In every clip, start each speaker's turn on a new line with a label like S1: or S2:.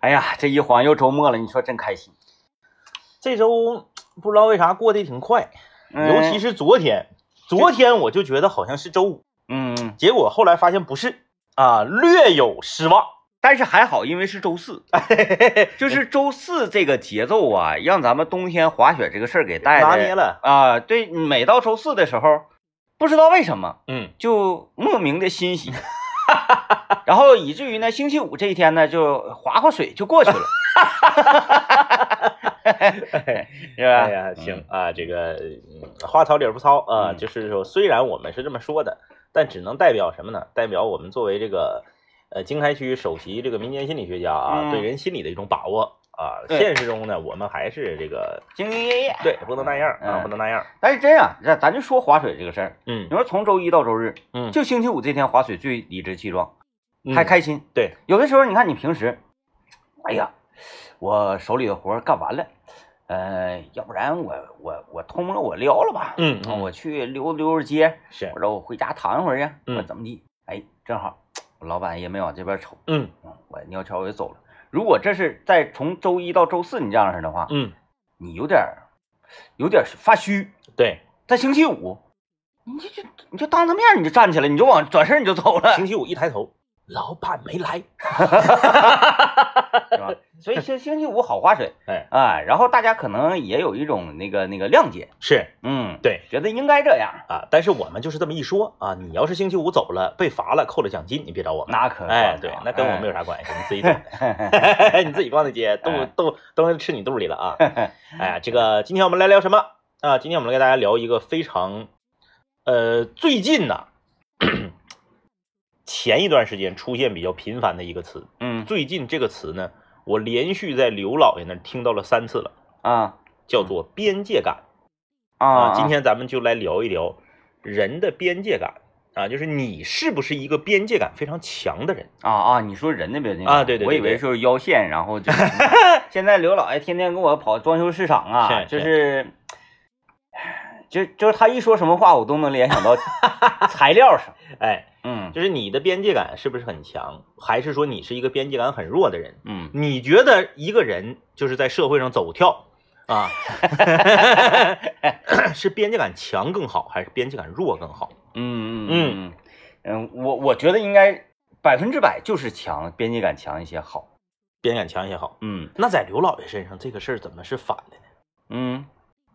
S1: 哎呀，这一晃又周末了，你说真开心。
S2: 这周不知道为啥过得挺快，
S1: 嗯
S2: 尤其是昨天，昨天我就觉得好像是周五，
S1: 嗯，
S2: 结果后来发现不是啊，略有 失望。
S1: 但是还好，因为是周四，就是周四这个节奏啊，让咱们冬天滑雪这个事儿给带
S2: 拿
S1: 的
S2: 捏了，
S1: 啊。对，每到周四的时候，不知道为什么
S2: 嗯，
S1: 就莫名的欣 喜，然后以至于呢，星期五这一天呢，就划划水就过 去了，是吧？
S2: 哎呀，行啊，这个嗯话糙理儿不糙啊，
S1: 嗯
S2: 就是说，虽然我们是这么说的，但只能代表什么呢？代表我们作为这个呃经开区首席这个民间心理学家啊，
S1: 嗯
S2: 对人心理的一种把握啊。
S1: 对
S2: 现实中呢，我们还是这个
S1: 兢兢业业。
S2: 对，不能那样啊，
S1: 嗯
S2: 不能那样。
S1: 但是真啊，咱咱就说划水这个事儿，
S2: 嗯
S1: 你说从周一到周日，
S2: 嗯
S1: 就星期五这天划水最理直气壮，还
S2: 开
S1: 开心。
S2: 嗯对，
S1: 有的时候你看你平时，哎呀，我手里的活儿干完了，呃，要不然我我我偷摸我撩了吧，
S2: 嗯
S1: 啊
S2: 嗯
S1: 我去溜达溜达街，
S2: 是
S1: 或，者我回家躺一会儿去，
S2: 嗯
S1: 我怎么地？哎，正好我老板也没往这边瞅，
S2: 嗯
S1: 嗯我尿悄我就走了。如果这是在从周一到周四你这样式的话，
S2: 嗯，
S1: 你有点儿有点儿发虚。
S2: 对，
S1: 在星期五，你就就你就当着面儿你就站起来，你就往转身你就走了，
S2: 星期五一抬头，老板没来。
S1: 是 吧？所以星星期五好划水，
S2: 哎
S1: 啊，然后大家可能也有一种那个那个谅解，
S2: 是
S1: 嗯，
S2: 对
S1: 觉得应该这样，
S2: 啊，但是我们就是这么一说啊，你要是星期五走了，被罚了，扣了奖金，你别找我们。
S1: 那可
S2: 哎，
S1: 算不
S2: 对
S1: 了，
S2: 那跟我没有啥关系，你自己走， 你自己逛的街，肚
S1: 哎
S2: 肚都吃你肚里了 啊！
S1: 哎
S2: 哎，这个今天我们来聊什么啊？今天我们来给大家聊一个非常，呃，最近呐， 前一段时间出现比较频繁的一个词，
S1: 嗯
S2: 最近这个词呢，我连续在刘老爷那儿听到了三次了，
S1: 啊
S2: 叫做边界感
S1: 啊，
S2: 啊。今天咱们就来聊一聊人的边界感啊，就是你是不是一个边界感非常强的人？
S1: 啊啊，你说人的表情
S2: 啊对对对
S1: 我以为
S2: 对
S1: 是腰线，然 后就是现在刘老爷天天跟我跑装修市场啊，
S2: 是
S1: 就是。就就是他一说什么话，我都能联想 到材料上。
S2: 哎，
S1: 嗯
S2: 就是你的边界感是不是很强，还是说你是一个边界感很弱的人？
S1: 嗯，
S2: 你觉得一个人就是在社会上走跳啊， 是边界感强更好，还是边界感弱更好？
S1: 嗯嗯嗯嗯，我我觉得应该百分之百就是强，边界感强一些好。
S2: 边界感强一些好。
S1: 嗯
S2: 那在刘老爷身上，这个事儿怎么是反的呢？
S1: 嗯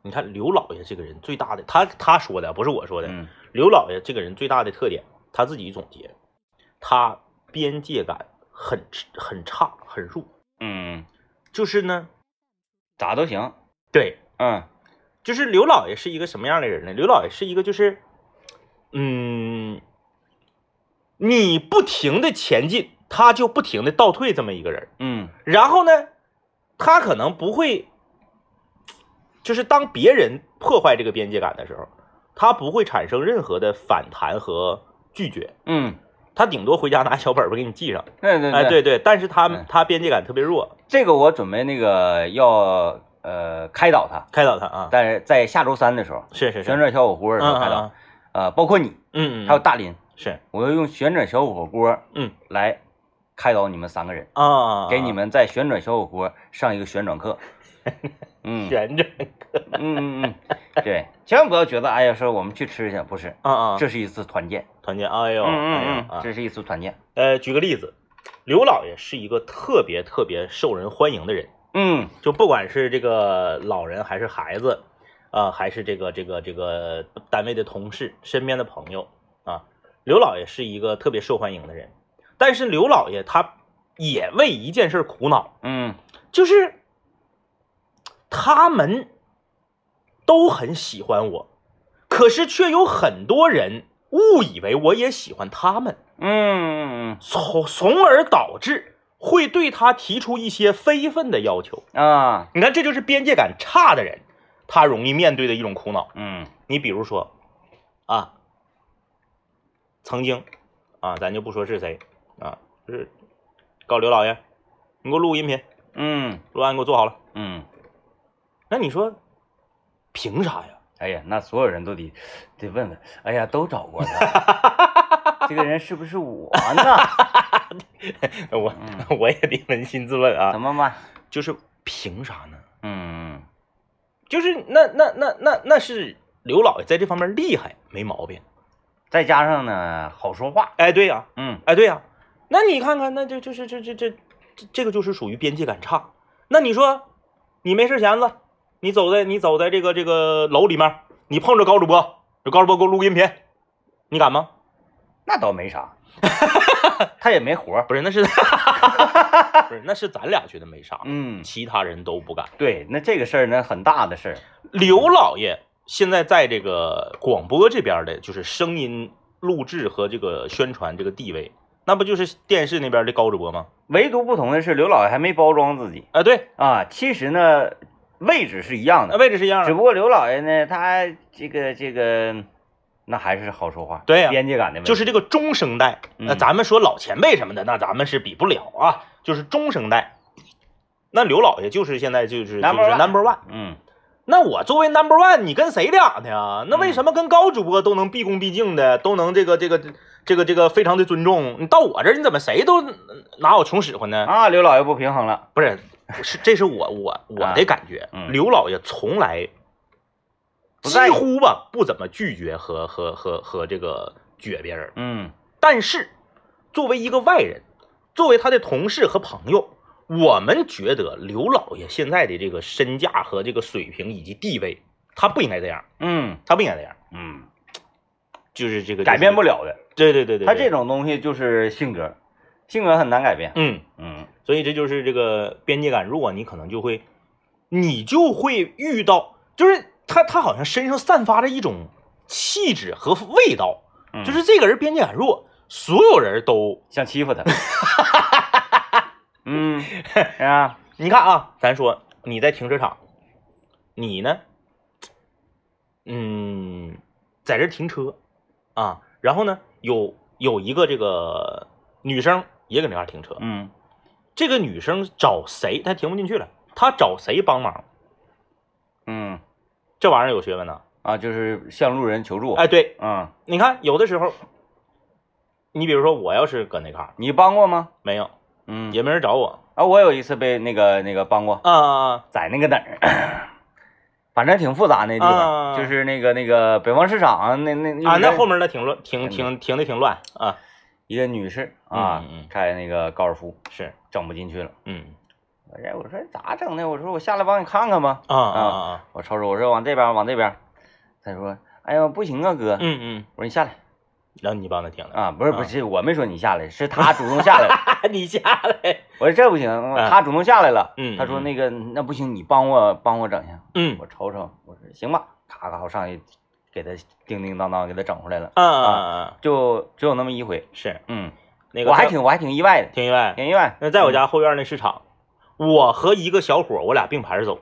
S2: 你看刘老爷这个人最大的，他他说的不是我说的，
S1: 嗯
S2: 刘老爷这个人最大的特点，他自己总结，他边界感很很差很弱，
S1: 嗯，
S2: 就是呢，
S1: 咋都行。
S2: 对，
S1: 嗯
S2: 就是刘老爷是一个什么样的人呢？刘老爷是一个就是，嗯，你不停的前进，他就不停的倒退这么一个人。
S1: 嗯
S2: 然后呢，他可能不会，就是当别人破坏这个边界感的时候，他不会产生任何的反弹和拒绝，
S1: 嗯，
S2: 他顶多回家拿小本本给你记上。
S1: 对嗯对
S2: 哎，对对，但是他
S1: 嗯
S2: 他边界感特别弱，
S1: 这个我准备那个要呃开导他，
S2: 开导他啊，
S1: 但是在下周三的时候，
S2: 是是是，
S1: 旋转小火锅
S2: 嗯
S1: 的时候开导
S2: 嗯，
S1: 呃，包括你
S2: 嗯，嗯
S1: 还有大林，
S2: 是
S1: 我要用旋转小火锅
S2: 嗯
S1: 来开导你们三个人，
S2: 啊，
S1: 给你们在旋转小火锅上一个旋转 课。嗯，
S2: 悬 着。
S1: 嗯嗯嗯，对，千万不要觉得哎呀，说我们去吃去，不是，
S2: 啊啊，
S1: 这是一次团建。
S2: 团建，哎呦，
S1: 嗯
S2: 哎呦
S1: 嗯嗯，
S2: 啊，
S1: 这是一次团建。
S2: 呃，举个例子，刘老爷是一个特别特别受人欢迎的人，
S1: 嗯
S2: 就不管是这个老人还是孩子，啊、还是这个这个这个单位的同事、身边的朋友啊，刘老爷是一个特别受欢迎的人。但是刘老爷他也为一件事儿苦恼，
S1: 嗯
S2: 就是他们都很喜欢我，可是却有很多人误以为我也喜欢他们。
S1: 嗯嗯
S2: 从从而导致会对他提出一些非分的要求。
S1: 嗯啊，
S2: 你看，这就是边界感差的人，他容易面对的一种苦恼。
S1: 嗯
S2: 你比如说，啊，曾经，啊，咱就不说是谁，啊，就是告刘老爷，你给我录个音频，
S1: 嗯
S2: 录完给我做好了。
S1: 嗯，
S2: 那你说，凭啥呀？
S1: 哎呀，那所有人都得得问问，哎呀，都找过他，这个人是不是我呢？
S2: 我
S1: 嗯
S2: 我也得扪心自问啊
S1: 怎，么办？
S2: 就是凭啥呢？
S1: 嗯，
S2: 就是那那那那那是刘老爷在这方面厉害，没毛病。
S1: 再加上呢，好说话，
S2: 哎，对呀、
S1: 嗯，
S2: 哎，对呀、那你看看，那就就是这这这这这个就是属于边界感差。那你说，你没事闲子，你走在你走在这个这个楼里面，你碰着高主播，这高主播给我录音频，你敢吗？
S1: 那倒没啥，他也没活儿，
S2: 不是，那 是不是那是咱俩觉得没啥，
S1: 嗯，
S2: 其他人都不敢。
S1: 对，那这个事儿呢，很大的事儿，
S2: 刘老爷现在在这个广播这边的，就是声音录制和这个宣传这个地位，那不就是电视那边的高主播吗？
S1: 唯独不同的是，刘老爷还没包装自己
S2: 啊，对，
S1: 啊。其实呢，位置是一样
S2: 那
S1: 的，
S2: 位置是一样
S1: 只
S2: 的。
S1: 不过刘老爷呢，他这个这个，那还是好说话，
S2: 对呀
S1: 边界感的问题，
S2: 就是这个中生代，那
S1: 嗯
S2: 咱们说老前辈什么的，那咱们是比不了啊。就是中生代，那刘老爷就是现在就是就是
S1: Number one
S2: number one。
S1: 嗯，
S2: 那我作为 number one，你跟谁俩呢呀？那
S1: 嗯
S2: 为什么跟高主播都能毕恭毕敬的，都能这个这个这个这个非常的尊重？你到我这儿，你怎么谁都拿我穷使唤呢？
S1: 啊，刘老爷不平衡了，
S2: 不是，是这是我我我的感觉。
S1: 嗯
S2: 刘老爷从来
S1: 不
S2: 几
S1: 在意
S2: 乎吧不怎么拒绝和和和和这个撅别人，
S1: 嗯
S2: 但是作为一个外人，作为他的同事和朋友，我们觉得刘老爷现在的这个身价和这个水平以及地位，他不应该这样，
S1: 嗯
S2: 他不应该这样，
S1: 嗯，
S2: 嗯就是这个
S1: 改变不
S2: 了。
S1: 了的，
S2: 对对对对，
S1: 他这种
S2: 种
S1: 东西就是性格，性格很难改变，
S2: 嗯，
S1: 嗯
S2: 所以这就是这个边界感弱，你可能就会，你就会遇到，就是他他好像身上散发着一种气质和味道，
S1: 嗯，
S2: 就是这个人边界感弱，所有人都，
S1: 想欺 负他，嗯，是啊，
S2: 你看啊，咱说你在停车场，你呢，嗯，在这停车啊，然后呢有有一个这个女生也搁那块停车，
S1: 嗯
S2: 这个女生找谁，她停不进去了，她找谁帮忙？
S1: 嗯
S2: 这玩意儿有学问呐！
S1: 啊，就是向路人求助，
S2: 哎，对，
S1: 嗯，
S2: 你看，有的时候，你比如说我要是搁那嘎
S1: 你帮过吗？
S2: 没有，
S1: 嗯，
S2: 也没人找我
S1: 啊，我有一次被那个那个帮过，
S2: 啊，
S1: 在那个哪儿， 反正挺复杂那地方，
S2: 啊
S1: 就是那个那个北方市场那那
S2: 啊，那后
S1: 面
S2: 面那挺乱，挺挺挺的挺乱啊，
S1: 一个女士啊
S2: 嗯嗯嗯，
S1: 开那个高尔夫
S2: 是，
S1: 整不进去了，
S2: 嗯
S1: 我这我说哎咋整的？我说我下来帮你看看吧。
S2: 啊啊啊，
S1: 我瞅瞅，我说往这边往这边，他说哎呀不行啊哥，
S2: 嗯嗯，
S1: 我说你下来
S2: 然后你帮他停了，
S1: 啊，不是不
S2: 啊
S1: 是我没说你下来，是他主动下来的。
S2: 你下来，
S1: 我说这不行， 他主动下来了。
S2: 啊嗯
S1: 他说
S2: 嗯
S1: 那个那不行，你帮我帮我整一下。
S2: 嗯
S1: 我瞅瞅，我说行吧，咔咔，我上去给他叮叮当当给他整回来了，
S2: 啊啊啊，
S1: 就只有那么一回。
S2: 是
S1: 嗯，
S2: 那个，
S1: 我还挺我还挺意外的，
S2: 挺嗯意外，
S1: 挺意外。
S2: 那在我家后院那市场，我和一个小伙儿，我俩并排着走，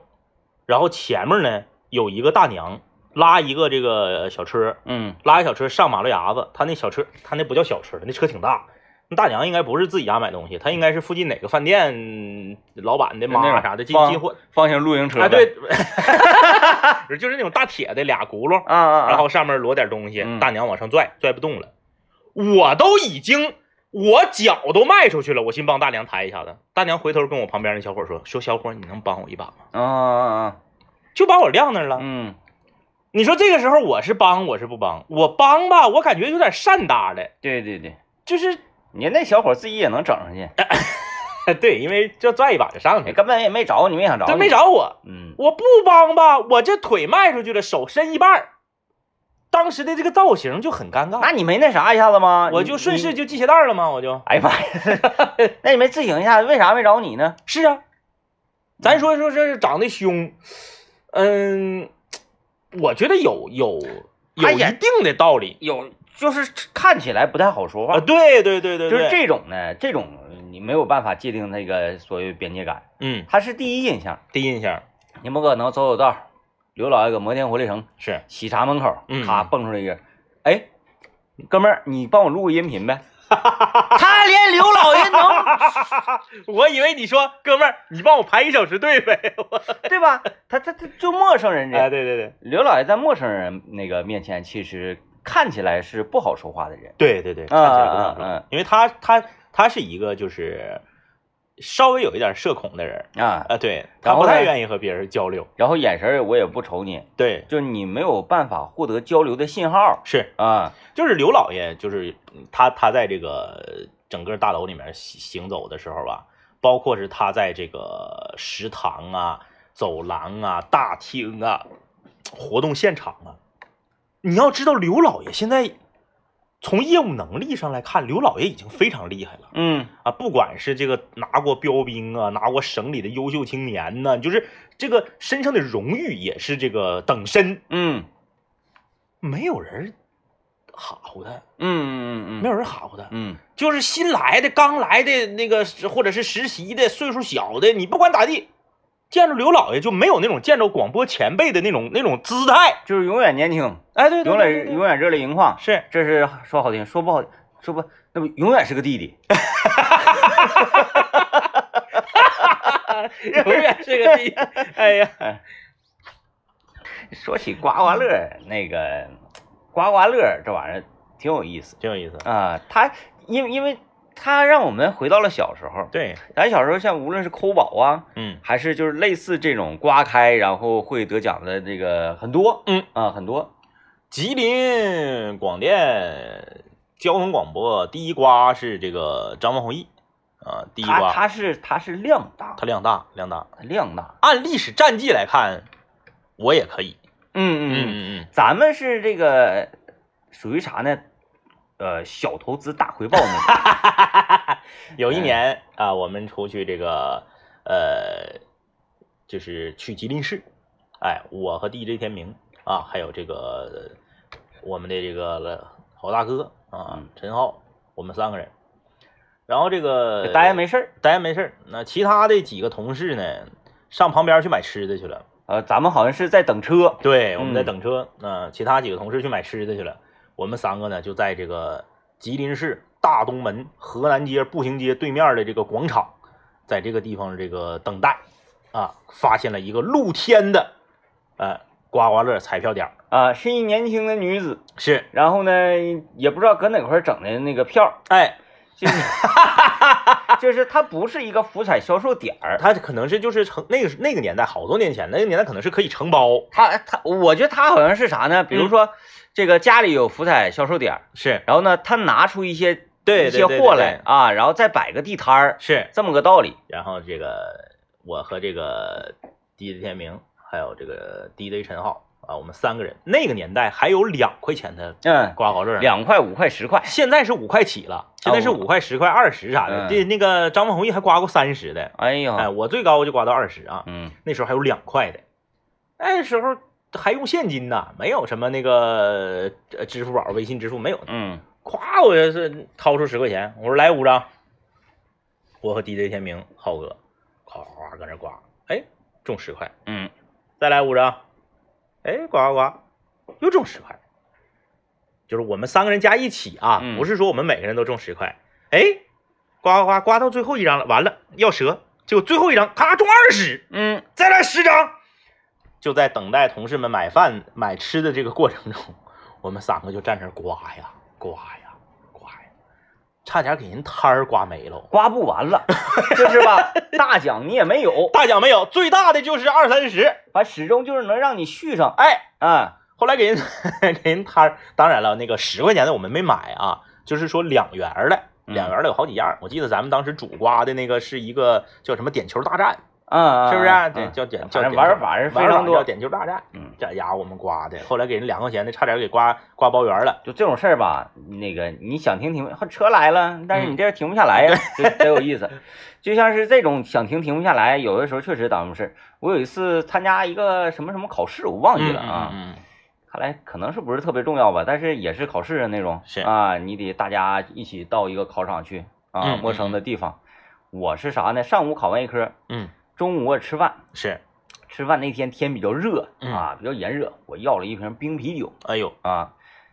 S2: 然后前面呢有一个大娘拉一个这个小车，
S1: 嗯
S2: 拉一小车上马路牙子，他那小车，他那不叫小车，那车挺大。那大娘应该不是自己家买东西，她应该是附近哪个饭店嗯老板
S1: 那
S2: 的妈
S1: 种
S2: 啥的进
S1: 方
S2: 进货，
S1: 方形露营车呗。
S2: 啊对， 就是那种大铁的俩轱辘，
S1: 啊啊啊！
S2: 然后上面摞点东西，
S1: 嗯
S2: 大娘往上拽，拽不动了。我都已经我脚都迈出去了，我先帮大娘抬一下子。大娘回头跟我旁边那小伙说：“说小伙，你能帮我一把吗
S1: 啊啊？”
S2: 就把我晾那儿
S1: 啊！
S2: 了。
S1: 嗯
S2: 你说这个时候我是帮我是不帮？我帮吧，我感觉有点善搭的，
S1: 对对对，
S2: 就是
S1: 你那小伙自己也能整上去，
S2: 嗯对，因为就拽一把就上去
S1: 你
S2: 了，
S1: 根本也没找你，没想找
S2: 他
S1: 你，
S2: 没。找我，
S1: 嗯
S2: 我不帮吧，我这腿迈出去了，手伸一半儿，当时的这个造型就很尴
S1: 那
S2: 尬，
S1: 你没那啥一下子吗？
S2: 我
S1: 你
S2: 就顺。势
S1: 你
S2: 就系鞋带儿了嘛，我就
S1: 哎呀妈 呀！那你没自省一下，为啥没找你呢？
S2: 是啊，咱说说这是长得凶，嗯，我觉得有有有
S1: 哎
S2: 一
S1: 呀
S2: 定的道理
S1: 有，就是看起来不太好说话
S2: 啊，。对对对对
S1: 就是
S2: 对，，
S1: 这种呢，这种你没有办法界定那个所谓边界感，
S2: 嗯，
S1: 它是第一印象。
S2: 第一印象
S1: 你不可能走走道儿，刘老爷搁摩天活力城
S2: 是
S1: 喜茶门口
S2: 嗯，
S1: 咔蹦出来一个人，哎，哥们儿，你帮我录个音频 呗。他连刘老爷能
S2: 我以为你说哥们儿，你帮我排一小时队呗，我
S1: 对吧？他他他就陌生人
S2: 哎，
S1: 家，
S2: 对对对，
S1: 刘老爷在陌生人那个面前其实看起来是不好说话的人，
S2: 对对对，
S1: 啊
S2: 看起来不好说，
S1: 啊啊
S2: 因为他他他是一个就是稍微有一点社恐的人
S1: 啊
S2: 啊、，对他
S1: 然后
S2: 不太
S1: 呢
S2: 愿意和别人交流，
S1: 然后眼神儿我也不瞅你，
S2: 对，
S1: 就你没有办法获得交流的信号
S2: 是
S1: 啊，
S2: 就是刘老爷，就是嗯他他在这个整个大楼里面行行走的时候吧，包括是他在这个食堂啊、走廊啊、大厅啊、活动现场啊，你要知道刘老爷现在从业务能力上来看，刘老爷已经非常厉害了。
S1: 嗯
S2: 啊，不管是这个拿过标兵啊，拿过省里的优秀青年呐、就是这个身上的荣誉也是这个等身，
S1: 嗯
S2: 没有人哈呼他，
S1: 嗯嗯嗯
S2: 没有人哈呼他，
S1: 嗯
S2: 就是新来的、刚来的那个，或者是实习的、岁数小的，你不管咋地，见着刘老爷就没有那种见着广播前辈的那种那种姿态。
S1: 就是永远年轻，
S2: 哎，对对
S1: 永
S2: 对对
S1: 远
S2: 对
S1: 永远热泪盈眶，
S2: 是
S1: 这是说好听，说不好说不，那不永远是个弟弟，
S2: 永远是个第一。哎呀，
S1: 说起刮刮乐儿，那个刮刮乐儿这玩意儿挺有意思
S2: 挺有意思。
S1: 啊。它因为因为它让我们回到了小时候，
S2: 对，
S1: 咱小时候像无论是抠宝啊，
S2: 嗯
S1: 还是就是类似这种刮开然后会得奖的这个很多，
S2: 嗯
S1: 啊很多，
S2: 吉林广电交通广播第一瓜是这个张文宏毅啊，第一
S1: 它
S2: 瓜
S1: 它是它是量大，
S2: 他量大量大。
S1: 它量大，
S2: 按历史战绩来看，我也可以。
S1: 嗯嗯，
S2: 嗯嗯，
S1: 咱们是这个属于啥呢？呃，小投资大回报那 种，
S2: 有
S1: 嗯
S2: 一年啊，我们出去这个呃，就是去吉林市，哎，我和 DJ 天明啊，还有这个呃我们的这个好大哥啊
S1: 嗯，
S2: 陈浩，我们三个人。然后这个
S1: 就待着没事儿。
S2: 待着没事儿，那其他的几个同事呢，上旁边去买吃的去了。
S1: 呃，咱们好像是在等车，
S2: 对，我们在
S1: 嗯
S2: 等车。那、其他几个同事去买吃的去了，我们三个呢就在这个吉林市大东门河南街步行街对面的这个广场，在这个地方这个等待啊，发现了一个露天的呃刮刮乐彩票点儿
S1: 啊，是一年轻的女子，
S2: 是
S1: 然后呢，也不知道搁哪块儿整的那个票儿，
S2: 哎，
S1: 就是 就是它不是一个福彩销售点儿，
S2: 它可能是就是成那个那个年代好多年前，那个年代可能是可以承包，
S1: 它它，我觉得它好像是啥呢？比
S2: 嗯
S1: 如说这个家里有福彩销售点儿，
S2: 是
S1: 然后呢，他拿出一些
S2: 对
S1: 一
S2: 对
S1: 些
S2: 对
S1: 货
S2: 对
S1: 来啊，然后再摆个地摊儿，
S2: 是，
S1: 这么个道理。
S2: 然后这个我和这个 DJ 天明，还有这个 DJ 陈浩啊，我们三个人，那个年代还有两块钱的
S1: 嗯，
S2: 刮刮乐呢，
S1: 两块、五块、十块
S2: 现在是五块起了，现在是
S1: 哦
S2: 五块、十块、二十啥的。
S1: 嗯
S2: 这、那个张文宏毅还刮过三十的，
S1: 哎呦，
S2: 哎，我最高就刮到二十啊，
S1: 嗯
S2: 那时候还有两块的，那时候还用现金呢，没有什么那个呃支付宝、微信支付没有，
S1: 嗯
S2: 夸我就是掏出十块钱，我说来五张，我和 DJ 天明浩哥，夸夸夸搁那刮，哎，中十块，
S1: 嗯，
S2: 再来五张，哎，刮刮刮，又中十块，就是我们三个人加一起啊，
S1: 嗯
S2: 不是说我们每个人都中十块，哎，刮刮刮刮到最后一张了，完了要折，结果最后一张咔中二十，
S1: 嗯，
S2: 再来十张，就在等待同事们买饭买吃的这个过程中，我们三个就站这儿刮呀刮呀刮呀，差点给人摊儿刮没了。
S1: 刮不完了， 就是吧？大奖你也没有，
S2: 大奖没有，最大的就是二三十。
S1: 反正始终就是能让你续上。
S2: 哎，
S1: 啊，
S2: 后来给人 给人摊儿，当然了，那个十块钱的我们没买啊，就是说两元儿的，
S1: 嗯
S2: 两元儿的有好几样儿。我记得咱们当时主刮的那个是一个叫什么点球大战，
S1: 啊，
S2: 是不是、
S1: 啊
S2: 对，
S1: 啊
S2: 叫点，叫
S1: 反正
S2: 点
S1: 玩
S2: 球
S1: 法是非
S2: 玩
S1: 常
S2: 法
S1: 多
S2: 叫。点球大战。
S1: 嗯，
S2: 这家伙我们刮的，后来给人两块钱的，差点给刮刮包圆儿了。
S1: 就这种事儿吧，那个你想停停，车来了，但是
S2: 嗯
S1: 你这儿停不下来 呀、就得有意思。就像是这种想停停不下来，有的时候确实耽误事儿。我有一次参加一个什么什么考试，我忘记了啊，
S2: 嗯嗯嗯
S1: 看来可能是不是特别重要吧，但是也是考试的那种，
S2: 是
S1: 啊，你得大家一起到一个考场去啊，
S2: 嗯嗯
S1: 陌生的地方。我是啥呢？上午考完一科，
S2: 嗯，
S1: 中午我吃饭，
S2: 是，
S1: 吃饭那天天比较热
S2: 嗯
S1: 啊，比较炎热，我要了一瓶冰啤酒。
S2: 哎呦，
S1: 啊，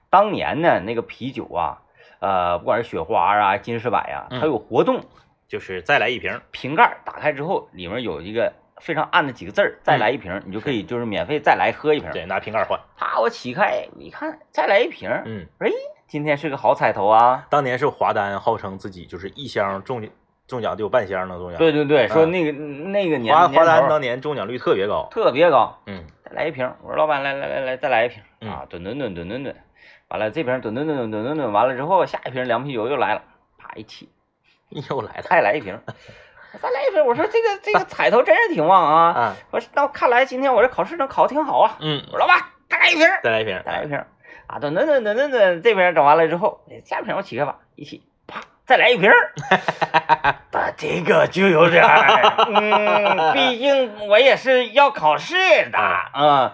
S1: 当年呢那个啤酒啊，呃，不管是雪花啊、金士百啊，
S2: 嗯
S1: 它有活动，
S2: 就是再来一瓶儿，
S1: 瓶盖打开之后里面有一个非常暗的几个字儿，再来一瓶儿，你就可以就是免费再来喝一瓶儿。
S2: 嗯对，拿瓶盖换。
S1: 啪，我起开一看，再来一瓶儿，哎
S2: 嗯，
S1: 今天是个好彩头啊！
S2: 当年是华丹号称自己就是一箱中中奖得有半箱呢，中奖。
S1: 对对对，说
S2: 嗯
S1: 那个那个年
S2: 华华
S1: 年
S2: 丹
S1: 头儿
S2: 当年中奖率特别高。
S1: 特别高，
S2: 嗯，
S1: 再来一瓶儿。我说老板，来来来来，再来一瓶
S2: 嗯
S1: 啊！吨吨吨吨吨吨，完了这瓶吨吨吨吨吨吨吨，完了之后下一瓶凉啤酒又来了，啪一起，
S2: 又来了
S1: 再来一瓶儿，再来一瓶儿。我说这个这 个彩头真是挺旺啊！
S2: 啊！
S1: 我说那看来今天我这考试能考得挺好啊！
S2: 嗯
S1: 我，说老板，再来一瓶儿，
S2: 再来一瓶。
S1: 再来一瓶儿啊！吨吨吨吨吨吨，这瓶整完了之后，哎下瓶我起开吧，一起啪再来一瓶 儿。那这个就有点儿，嗯，毕竟我也是要考试的啊、嗯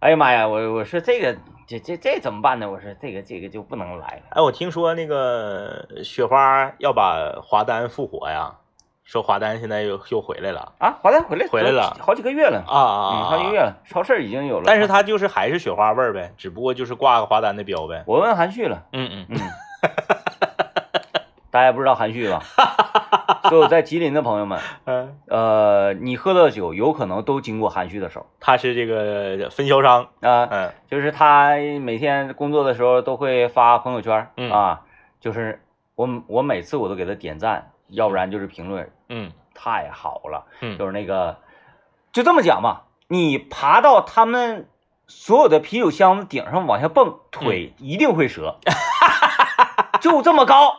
S1: 哎呀妈呀，我我说这个这这这怎么办呢？我说这个这个就不能来了。
S2: 哎，我听说那个雪花要把华丹复活呀，说华丹现在又又回来了
S1: 啊，华丹回来
S2: 回来了
S1: 好几个月了，
S2: 啊啊
S1: 嗯，好几个月了，超市已经有了。
S2: 但是他就是还是雪花味儿呗，只不过就是挂个华丹的标呗。
S1: 我问韩旭了，
S2: 嗯嗯，
S1: 嗯，大家不知道韩 旭吧？所有在吉林的朋友们，
S2: 嗯，
S1: 呃，你喝的酒有可能都经过韩旭的手
S2: 他是这个分销商，
S1: 啊、
S2: 嗯
S1: 就是他每天工作的时候都会发朋友圈，
S2: 嗯
S1: 啊，就是我我每次我都给他点赞，要不然就是评论，
S2: 嗯
S1: 太好了，
S2: 嗯，
S1: 就是那个，就这么讲吧，你爬到他们所有的啤酒箱子顶上往下
S2: 嗯
S1: 蹦，腿一定会 折，就这么高，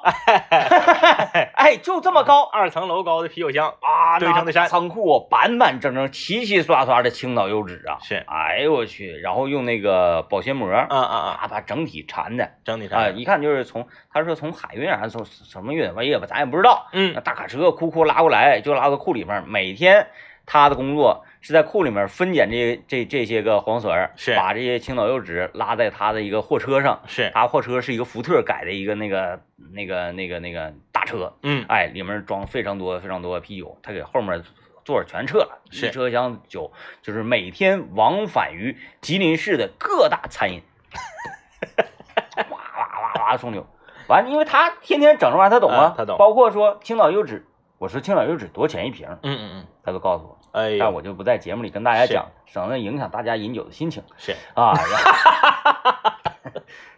S1: 哎，就这么高，
S2: 二层楼高的啤酒箱
S1: 啊，
S2: 堆嗯成的山
S1: 那仓库啊板板正正、齐齐刷刷的倾倒油脂啊！
S2: 是，
S1: 哎呦我去！然后用那个保鲜膜啊，
S2: 啊啊啊，
S1: 把整体缠的
S2: 整体上
S1: 啊，，一看就是从他说从海运还是从什么运，我也不咱也不知道。那
S2: 嗯
S1: 大卡车库库拉过来，就拉到库里面。每天他的工作是在库里面分拣这这这些个黄水儿，
S2: 是
S1: 把这些青岛油脂拉在他的一个货车上。
S2: 是，
S1: 他货车是一个福特改的一个那个那个那个那个大车，
S2: 嗯
S1: 哎，里面装非常多非常多的啤酒，他给后面座儿全撤了，
S2: 是
S1: 一车厢酒，就是每天往返于吉林市的各大餐饮，哇哇哇哇送酒，完，因为他天天整这玩意儿，他懂
S2: 啊
S1: 啊，
S2: 他懂
S1: 包括说青岛柚子，我说青岛柚子多少钱一瓶儿，
S2: 嗯嗯
S1: 他都告诉我，
S2: 嗯，哎
S1: 但
S2: 呦，
S1: 我就不在节目里跟大家
S2: 是
S1: 讲，省得影响大家饮酒的心情。
S2: 是，
S1: 啊，然后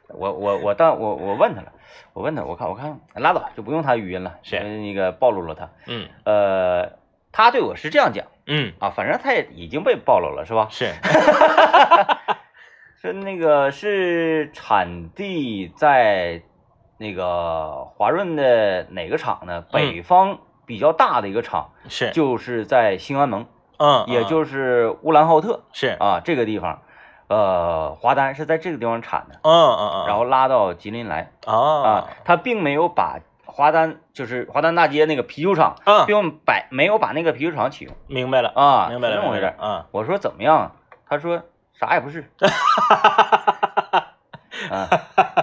S1: 我我我当我我问他了，我问他，我看我看拉倒，就不用他语音了，
S2: 是
S1: 因为那个暴露了他。
S2: 嗯
S1: 呃，他对我是这样讲
S2: 嗯
S1: 啊，反正他也已经被暴露了，是吧？
S2: 是，
S1: 是那个是产地在那个华润的哪个厂呢？北方比较大的一个厂，
S2: 嗯是，
S1: 就是在兴安盟，
S2: 嗯，
S1: 也
S2: 嗯
S1: 就是乌兰浩特
S2: 是，
S1: 啊这个地方，呃，华丹是在这个地方产的。
S2: 嗯嗯嗯，
S1: 然后拉到吉林来啊
S2: 啊，，
S1: 他并没有把华丹就是华丹大街那个啤酒厂，
S2: 嗯，
S1: 并把没有把那个啤酒厂启用
S2: 明白了，
S1: 啊，
S2: 明白了，
S1: 是这么回
S2: 明白
S1: 事
S2: 了。啊，
S1: 我说怎么样？他说啥也不 是。嗯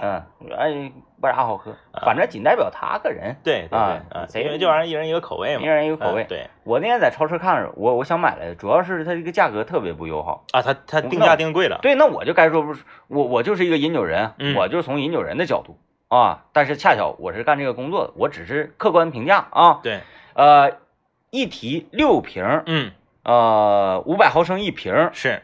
S1: 嗯，哎，不啥好喝，
S2: 啊
S1: 反正仅代表他个人。
S2: 对对对，
S1: 啊
S2: 啊，
S1: 谁
S2: 因为这玩意儿一人一个口味嘛，
S1: 一人一个口味
S2: 啊对
S1: 我那天在超市看着，我我想买来，主要是它这个价格特别不友好。
S2: 啊，他他
S1: 嗯
S2: 定
S1: 那
S2: 价
S1: 我
S2: 定贵了，
S1: 对，那我就该说不是我，我就是一个饮酒人，
S2: 嗯
S1: 我就是从饮酒人的角度啊，但是恰巧我是干这个工作的，我只是客观评价啊。
S2: 对，
S1: 呃，一提六瓶儿，
S2: 嗯，
S1: 呃，五百毫升一瓶儿，
S2: 是，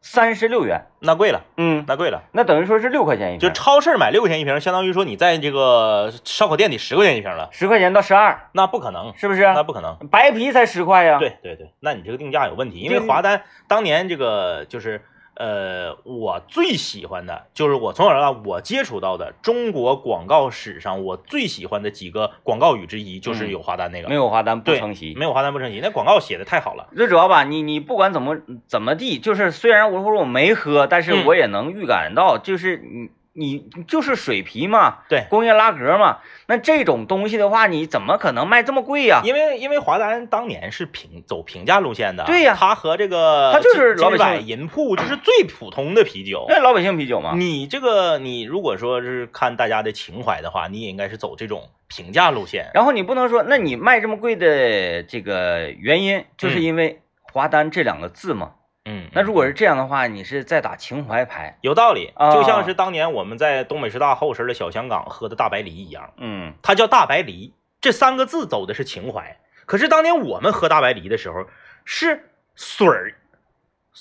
S1: 三十六元，
S2: 那贵了，
S1: 嗯，
S2: 那贵了。
S1: 那等于说是六块钱一瓶
S2: 就
S1: 儿，
S2: 超市买六块钱一瓶，相当于说你在这个烧烤店里十块钱一瓶了，
S1: 十块钱到十二，
S2: 那不可能，
S1: 是不是？
S2: 那不可能。
S1: 白啤才十块呀。，
S2: 对对对，那你这个定价有问题，因
S1: 就
S2: 为
S1: 是
S2: 华丹当年这个就是呃，我最喜欢的就是我从小到大我接触到的中国广告史上我最喜欢的几个广告语之一，就是
S1: 嗯
S2: 有华丹那个。
S1: 没有华丹不
S2: 对
S1: 成席。
S2: 没有华丹不成席，那广告写的太好了。
S1: 最主要吧，你你不管怎么怎么地，就是虽然我说我没喝，但是
S2: 嗯
S1: 我也能预感到，就是你你你就是水啤嘛，
S2: 对
S1: 工业拉格嘛，那这种东西的话，你怎么可能卖这么贵呀、
S2: 因为因为华丹当年是平走平价路线的，
S1: 对呀
S2: 他和这个
S1: 它就是
S2: 金
S1: 老百
S2: 金百
S1: 姓
S2: 银铺就是最普通的啤酒，
S1: 那老百姓啤酒嘛，
S2: 你这个，你如果说是看大家的情怀的话，你也应该是走这种平价路线。
S1: 然后你不能说，那你卖这么贵的这个原因，就是
S2: 嗯
S1: 因为华丹这两个字嘛。
S2: 嗯，
S1: 那如果是这样的话，你是在打情怀牌。
S2: 有道理，
S1: 啊
S2: 就像是当年我们在东北师大后身的小香港喝的大白梨一样，
S1: 嗯，
S2: 它叫大白梨，这三个字走的是情怀。可是当年我们喝大白梨的时候，是水儿，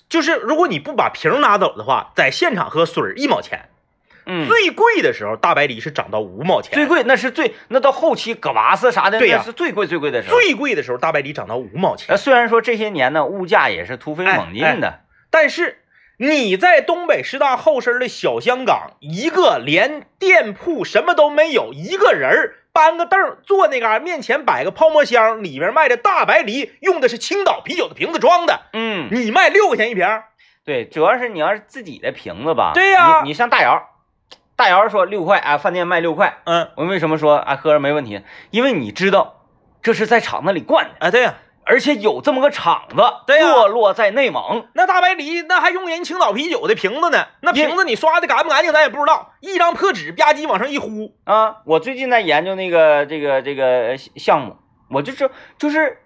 S2: 就是如果你不把瓶儿拿走的话，在现场喝水儿一毛钱，
S1: 嗯，
S2: 最贵的时候大白梨是涨到五毛钱，
S1: 最贵那是最那到后期葛瓦斯啥的，
S2: 对呀
S1: 那是最贵最贵的时候。
S2: 最贵的时候大白梨涨到五毛钱
S1: 呃，，虽然说这些年呢，物价也是突
S2: 哎
S1: 飞猛进的，
S2: 但是你在东北师大后身的小香港，一个连店铺什么都没有，一个人儿搬个凳儿坐那嘎、面前摆个泡沫箱，里面卖的大白梨，用的是青岛啤酒的瓶子装的，
S1: 嗯，
S2: 你卖六块钱一瓶儿，
S1: 对，主要是你要是自己的瓶子吧，
S2: 对呀
S1: 你你上大姚，大姚说六块啊，饭店卖六块，
S2: 嗯，
S1: 我为什么说啊喝着没问题？因为你知道这是在厂子里灌的，
S2: 啊，对呀、
S1: 而且有这么个厂子，
S2: 对呀
S1: 坐落在内蒙，
S2: 那大白梨那还用人青岛啤酒的瓶子呢，那
S1: 因
S2: 瓶子你刷的干不干净咱也不知道，一张破纸吧唧往上一呼，
S1: 啊，我最近在研究那个这个这个呃项目，我就知就是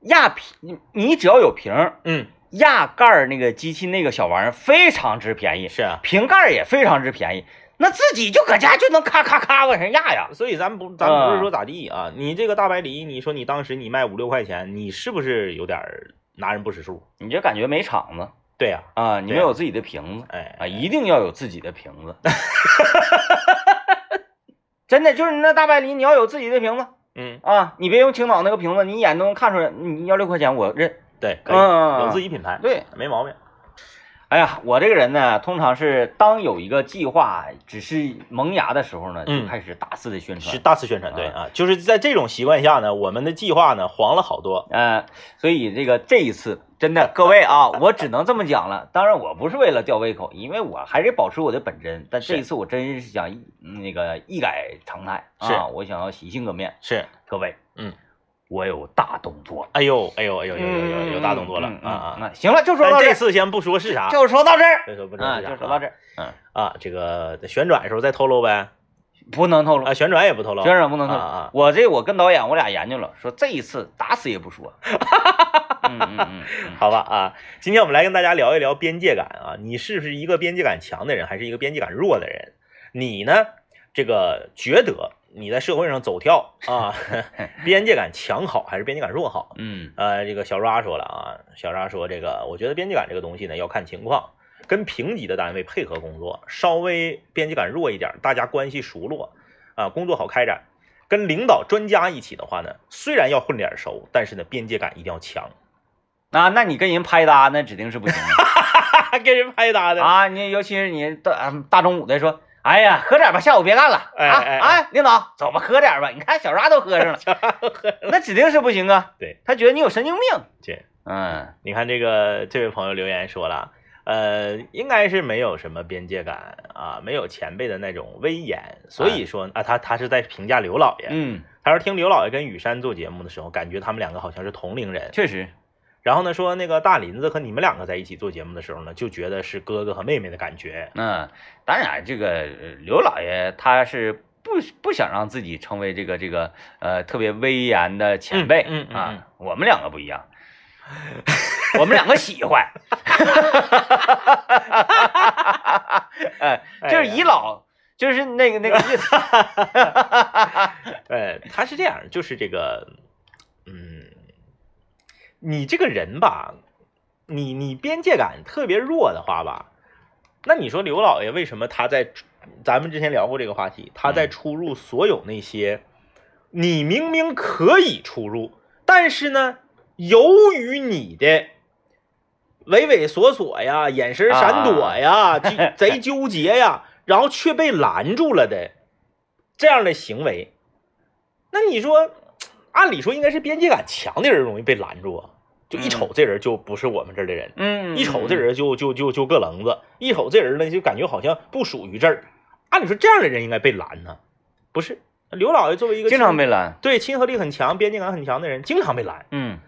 S1: 压瓶，你你只要有瓶儿
S2: 嗯，
S1: 压盖儿那个机器那个小玩意儿非常之便宜，
S2: 是啊，
S1: 瓶盖儿也非常之便宜，那自己就搁家就能咔咔咔往上压呀。
S2: 所以咱不，咱不是说咋地啊？你这个大白梨，你说你当时你卖五六块钱，你是不是有点儿拿人不识数？
S1: 你就感觉没厂子
S2: 对呀、
S1: 啊，你
S2: 对
S1: 没有自己的瓶子
S2: 哎，
S1: 啊，一定要有自己的瓶子。 真的就是你那大白梨，你要有自己的瓶子
S2: 嗯，
S1: 啊，你别用青岛那个瓶子，你一眼都能看出来。你要六块钱，我认。
S2: 对，可以，
S1: 嗯，
S2: 有自己品牌，
S1: 对。
S2: 没毛病。
S1: 哎呀，我这个人呢，通常是当有一个计划只是萌芽的时候呢，
S2: 嗯
S1: 就开始大肆的宣传。
S2: 是大肆宣传，对啊，就是在这种习惯下呢，我们的计划呢黄了好多。
S1: 呃，所以这个这一次真的各位啊，我只能这么讲了。当然，我不是为了吊胃口，因为我还是保持我的本真。但这一
S2: 是
S1: 次我真是想一嗯那个一改常态啊，
S2: 是
S1: 我想要洗心革面。
S2: 是，
S1: 各位，
S2: 嗯，
S1: 我有大动作，
S2: 哎呦，哎呦，哎呦，有有有有大动作了
S1: 嗯嗯嗯
S2: 啊啊！
S1: 嗯行了，就说到
S2: 但
S1: 这
S2: 这
S1: 儿，
S2: 次先不说是啥，
S1: 就说到这儿，
S2: 这个不说
S1: 啊，
S2: 是啥，
S1: 就说到这
S2: 儿
S1: 儿，嗯，
S2: 啊。这个旋转的时候再透露呗，
S1: 不能透露
S2: 啊，，旋转也不透露，
S1: 学生不能透露。
S2: 啊啊
S1: 我这我跟导演我俩研究了，说这一次打死也不说。嗯嗯嗯嗯，
S2: 好吧啊，今天我们来跟大家聊一聊边界感啊，你是不是一个边界感强的人，还是一个边界感弱的人？你呢，这个觉得你在社会上走跳啊，边界感强好还是边界感弱好？
S1: 嗯
S2: 呃，这个小抓说了啊，小抓说这个，我觉得边界感这个东西呢，要看情况，跟平级的单位配合工作，稍微边界感弱一点，大家关系熟络，啊、工作好开展。跟领导、专家一起的话呢，虽然要混脸熟，但是呢，边界感一定要强。
S1: 那那你跟人拍搭那指定是不行的
S2: 跟人拍搭的
S1: 啊！你尤其是你大啊大中午的说，哎呀，喝点吧，下午别干了啊！
S2: 哎哎哎
S1: 啊，领导，走吧，喝点吧。你看小啥都喝上了， 那指定是不行啊。
S2: 对，
S1: 他觉得你有神经病。
S2: 这
S1: 嗯，
S2: 你看这个这位朋友留言说了，呃，应该是没有什么边界感啊，没有前辈的那种威严，所以说啊，他他是在评价刘老爷。
S1: 嗯，
S2: 他说听刘老爷跟雨山做节目的时候，感觉他们两个好像是同龄人。
S1: 确实，
S2: 然后呢，说那个大林子和你们两个在一起做节目的时候呢，就觉得是哥哥和妹妹的感觉。
S1: 嗯，当然这个呃刘老爷他是。不不想让自己成为这个这个呃特别威严的前辈、
S2: 嗯嗯嗯嗯
S1: 啊，我们两个不一样，我们两个喜 欢，哎，就是
S2: 哎
S1: 以老，就是那个那个意 思，
S2: 呃，他是这样，就是这个，嗯，你这个人吧，你你边界感特别弱的话吧，那你说刘老爷为什么他在出，咱们之前聊过这个话题，他在
S1: 嗯
S2: 出入所有那些，你明明可以出入，但是呢，由于你的。畏畏缩缩呀，眼神闪躲呀，就贼纠结呀，然后却被拦住了的这样的行为，那你说，按理说应该是边界感强的人容易被拦住啊，就一瞅这人就不是我们这儿的人，
S1: 嗯
S2: 一瞅这，人就就就就个棱子，一瞅这人呢就感觉好像不属于这儿。按理说这样的人应该被拦呢，不是？刘老爷作为一个
S1: 经常
S2: 被
S1: 被拦，
S2: 对亲和力很强、边界感很强的人，经常被拦，
S1: 嗯，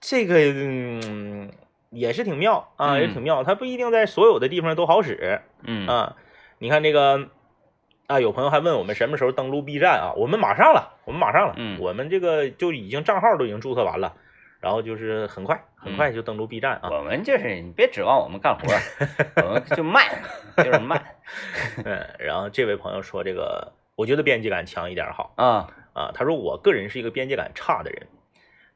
S2: 这个嗯也是挺妙啊，
S1: 嗯
S2: 也挺妙。他不一定在所有的地方都好使
S1: 嗯
S2: 啊。你看这个啊，有朋友还问我们什么时候登录 B 站啊？我们马上了，我们马上了，
S1: 嗯
S2: 我们这个就已经账号都已经注册完了，然后就是很快
S1: 嗯
S2: 很快就登录 B 站啊。
S1: 我们就是你别指望我们干活，我们就 慢，就是慢
S2: 嗯，然后这位朋友说这个，我觉得边界感强一点好
S1: 啊，
S2: 啊。他说我个人是一个边界感差的人，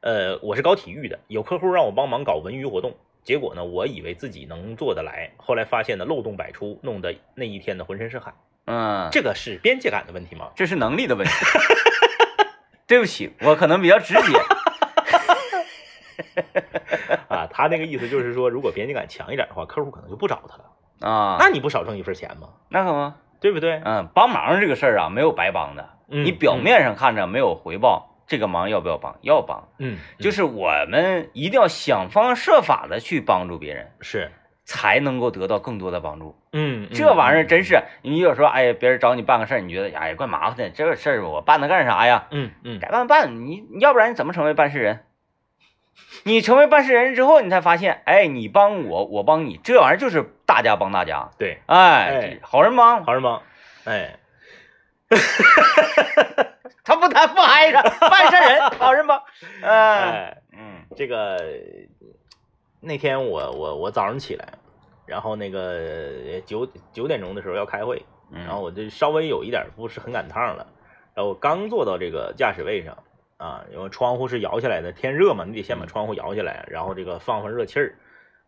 S2: 呃，我是搞体育的，有客户让我帮忙搞文娱活动，结果呢，我以为自己能做得来，后来发现呢漏洞百出，弄得那一天呢浑身是汗。
S1: 嗯，
S2: 这个是边界感的问题吗？
S1: 这是能力的问题。 对不起，我可能比较直接。
S2: 啊，他那个意思就是说，如果边界感强一点的话，客户可能就不找他了。
S1: 啊，
S2: 那你不少挣一份钱吗？
S1: 那可不，
S2: 对不对？
S1: 嗯，帮忙这个事儿啊，没有白帮的。
S2: 嗯
S1: 你表面上看着没有回报，这个忙要不要帮？要帮，
S2: 嗯，
S1: 就是是我们一定要想方设法的去帮助别人，
S2: 嗯是，
S1: 才能够得到更多的帮助。
S2: 嗯，嗯
S1: 这玩意儿，真是，你有时候哎，别人找你办个事儿，你觉得哎呀怪麻烦的，这个事儿我办它干啥呀？
S2: 嗯嗯，
S1: 该办办，你你要不然你怎么成为办事人？你成为办事人之后，你才发现，哎，你帮我，我帮你，这玩意儿就是大家帮大家，
S2: 对，哎
S1: 哎，好人帮，
S2: 好人帮，哎，
S1: 他不他不挨着，办事人，好人 帮，哎，
S2: 哎，
S1: 嗯
S2: 这个那天我我我早上起来，然后那个九九点钟的时候要开会，
S1: 嗯，
S2: 然后我就稍微有一点不是很赶趟了，然后我刚坐到这个驾驶位上啊，因为窗户是摇下来的，天热嘛，你得
S1: 嗯
S2: 先把窗户摇下来，然后这个放放热气儿。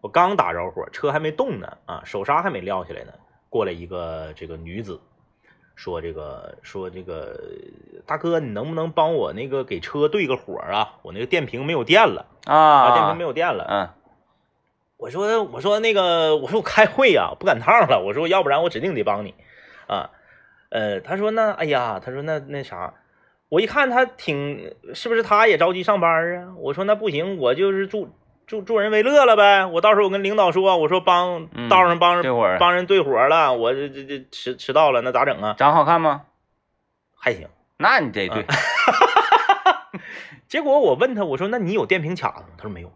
S2: 我刚打着火，车还没动呢啊，手刹还没撂下来呢，过来一个这个女子，说这个说这个大哥，你能不能帮我那个给车对个火啊？我那个电瓶没有电了啊，电
S1: 啊
S2: 瓶没，有电了。
S1: 嗯
S2: 我说我说那个我说我开会呀、不赶趟了。我说要不然我指定得帮你啊。呃，他说那哎呀，他说那那啥，我一看他挺是不是他也着急上班啊？我说那不行，我就是助助助人为乐了呗。我到时候我跟领导说，我说帮
S1: 嗯
S2: 道上帮人、
S1: 这会儿
S2: 帮人对活了，我这这这迟迟到了，那咋整啊？
S1: 长好看吗？
S2: 还行。
S1: 那你得对，
S2: 嗯结果我问他，我说那你有电瓶卡吗？他说没有，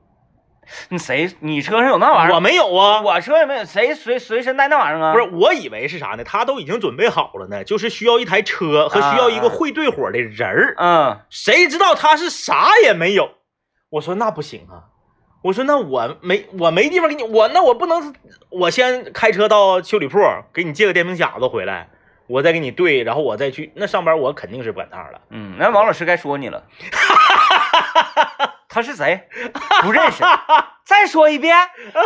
S1: 你谁你车上有那玩意
S2: 我
S1: 儿？
S2: 没有啊。
S1: 我车也没有，谁随随身带那玩意儿啊？
S2: 不是，，我以为是啥呢？他都已经准备好了呢，就是需要一台车和需要一个会对火的人儿。
S1: 嗯
S2: 谁知道他是啥也没有。我说那不行啊，我说那我没我没地方给你，我那我不能，我先开车到修理铺给你借个电瓶匣子回来，我再给你对，然后我再去那上班，我肯定是不赶趟了。
S1: 嗯，那王老师该说你了， 他是谁？不认识。再说一遍，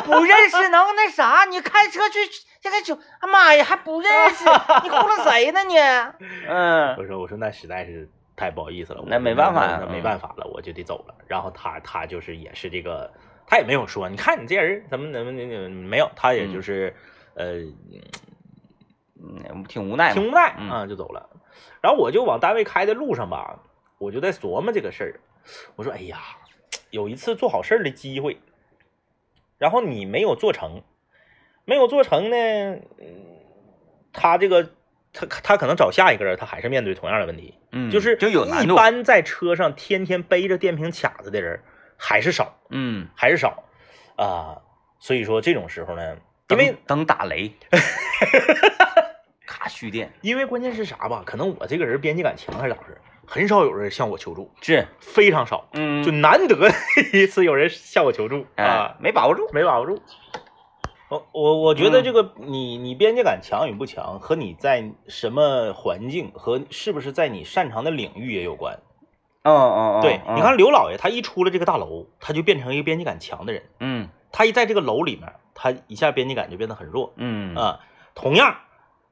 S1: 不认识能那啥？你开车去这个酒，哎妈呀，还不认识？你糊弄谁 呢你？嗯
S2: 我说我说那实在是太不好意思了，我
S1: 那没办法呀
S2: 那
S1: 嗯
S2: 那没办法了，我就得走了。然后他他就是也是这个，他也没有说，你看你这人怎么怎么怎么没有，他也就是、
S1: 嗯，挺无奈
S2: 呃
S1: 嘛。
S2: 挺无奈
S1: 嗯
S2: 啊就走了。然后我就往单位开的路上吧，我就在琢磨这个事儿，我说哎呀，有一次做好事儿的机会，然后你没有做成，没有做成呢，嗯他这个他他可能找下一个人，他还是面对同样的问题。
S1: 嗯，
S2: 就是
S1: 就有难
S2: 一
S1: 度。
S2: 般在车上天天背着电瓶卡子的人还是少，
S1: 嗯，
S2: 还是少啊、所以说这种时候呢，因
S1: 等
S2: 为
S1: 等打 雷，咔蓄电
S2: 因为关键是啥吧？可能我这个人边界感强还是咋回事？很少有人向我求助，
S1: 是，
S2: 非常少，
S1: 嗯，
S2: 就难得一次有人向我求助
S1: 哎
S2: 啊，，
S1: 没把握住。
S2: 没把握住。我我我觉得
S1: 嗯
S2: 这个你你边界感强与不强和你在什么环境和是不是在你擅长的领域也有关。
S1: 嗯嗯嗯，
S2: 对，
S1: 嗯
S2: 你看，刘老爷，他一出了这个大楼，他就变成一个边界感强的人。
S1: 嗯
S2: 他一在这个楼里面，他一下边界感就变得很弱
S1: 嗯，
S2: 啊、同样，